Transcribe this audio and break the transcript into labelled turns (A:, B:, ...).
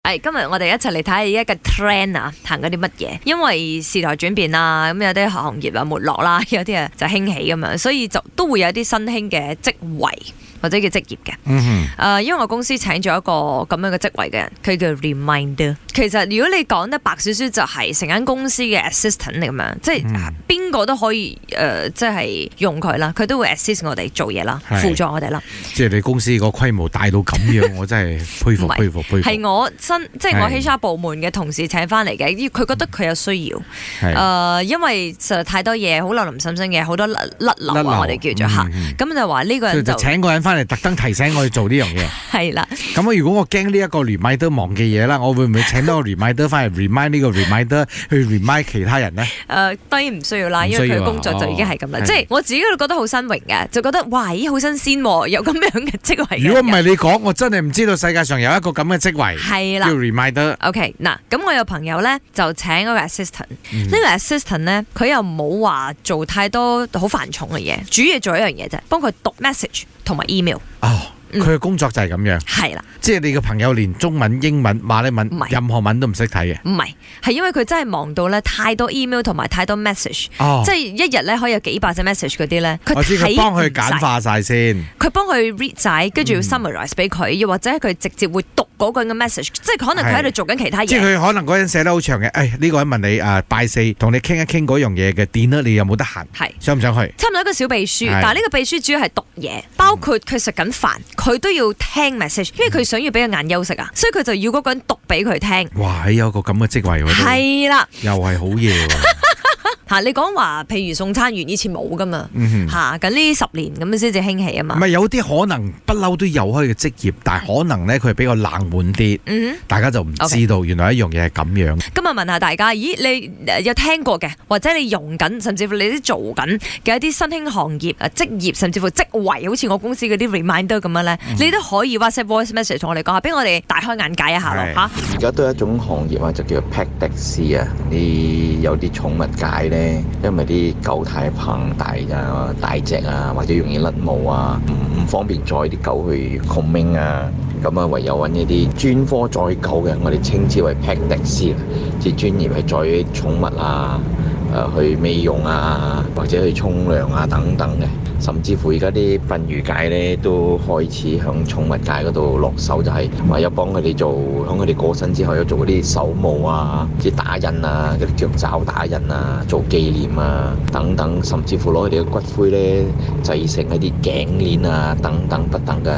A: 係哎今日我哋一齊嚟睇下而家嘅 trend 啊，行緊啲乜嘢？因為時代轉變啦，咁有啲行業啊沒落啦， 有啲啊就興起咁樣，所以就都會有啲新興嘅職位或者叫職業嘅。
B: 嗯
A: 誒、因為我公司請咗一個咁樣嘅職位嘅人，佢叫 reminder。其實如果你講得白少少，就係成間公司嘅 assistant 嚟咁樣，即係
B: 嗯
A: 邊個都可以誒、呃即係用佢啦，佢都會 assist 我哋做嘢啦，
B: 係
A: 輔助我哋啦。
B: 哼，即係你公司個規模大到咁樣，我真係佩服
A: 唔係
B: 佩服佩服。
A: 係我新即係我
B: 係
A: HR 部門嘅同事請翻嚟嘅，因為佢覺得佢有需要。誒、
B: 係
A: 呃因為實在太多嘢，好林林深深嘅，好多甩甩流
B: 甩
A: 啊，
B: 漏
A: 我哋叫做嚇。
B: 嗯嗯
A: 咁就話呢個
B: 佢
A: 人就
B: 就請個人翻嚟，特登提醒我哋做呢樣嘢。
A: 係啦，
B: 咁啊如果我驚呢一個 reminder 忘記嘢啦，我會唔會請多個 reminder 翻嚟 remind 呢個 reminder 去 remind 其他人呢？
A: 誒、當呃然唔需要啦，因為
B: 唔需
A: 佢
B: 要啊
A: 工作就已經係咁啦。
B: 哦
A: 即係我自己都覺得好新榮嘅，就覺得哇，咦，好新鮮喎，有咁樣嘅職位嘅人。
B: 如果唔係你講，我真係唔知道世界上有一個咁嘅職位
A: 係
B: 叫
A: 啦。
B: reminder。
A: OK，嗱，咁我有朋友咧就請嗰個 assistant，呢、
B: 嗯
A: 個 assistant 咧佢又冇話做太多好繁重嘅嘢，主要做一樣嘢啫，幫佢讀 message 同埋 email，
B: 哦，
A: 嗯
B: 佢嘅工作就係咁樣，
A: 係啦。
B: 即係你嘅朋友連中文、英文、馬來文
A: 唔係
B: 任何文都唔識睇嘅。
A: 唔係，係因為佢真係忙到咧太多 email 同埋太多 message，、
B: 哦
A: 即係一日咧可以有幾百隻 message 嗰啲咧，佢
B: 我知
A: 睇
B: 佢幫佢
A: 唔
B: 簡
A: 晒，
B: 化晒先。
A: 佢幫佢 read 晒，跟住要
B: 嗯
A: summarize 俾佢，又或者佢直接會讀嗰個人嘅 message，即係可能佢喺度做緊其他
B: 即
A: 嘢。
B: 係佢可能嗰陣寫得好長嘅，誒、哎呢、個人問你誒、啊拜四同你傾一傾嗰樣嘢嘅 dinner，你有冇得閒？
A: 係
B: 想唔想去？
A: 差唔多一個小秘書，
B: 係嗯
A: 但係呢個秘書主要係讀嘢，包括佢食緊飯，佢都要聽 message，因為佢想要俾個眼休息啊，所以佢就要嗰個人讀俾佢聽。
B: 哇！喺有個咁嘅職位喎，
A: 係啦，
B: 都又係好嘢 喎。
A: 嚇你講話，譬如送餐員以前冇噶嘛，
B: 嗯哼
A: 嚇咁呢十年咁先至興起啊
B: 唔
A: 嘛。
B: 係有啲可能不嬲都有開嘅職業，但係可能咧佢係比較冷門啲，
A: 嗯哼。
B: 大家就唔知道原來一樣嘢係咁樣。
A: 今日啊問下大家，咦，你呃有聽過嘅，或者你用緊，甚至乎你啲做緊嘅一啲新興行業、啊職業，甚至乎職位，好似我公司嗰啲 reminder 咁樣咧，你都可以 WhatsApp voice message 同我哋講啊下，俾我哋大開眼界一下咯
B: 係
A: 嚇。
C: 而家都有一種行業啊，就叫做 pet 的士啊。你有啲寵物界呢，因為啲狗太龐大啊、大隻啊，或者容易甩毛啊，唔唔方便載啲狗去 c o m i n 啊。咁啊，唯有揾一啲專科載狗嘅，我哋稱之為 pet 的士啊，即係專業係載寵物啊。誒、去美容啊，或者去沖涼啊等等嘅，甚至乎而家啲殯儀界咧都開始向寵物界嗰度落手，就係話有幫佢哋做，響佢哋過身之後有做嗰啲手務啊、啲打印啊、嗰啲腳爪打印啊、做紀念啊等等，甚至乎攞佢哋嘅骨灰咧製成一啲頸鏈啊等等不等嘅。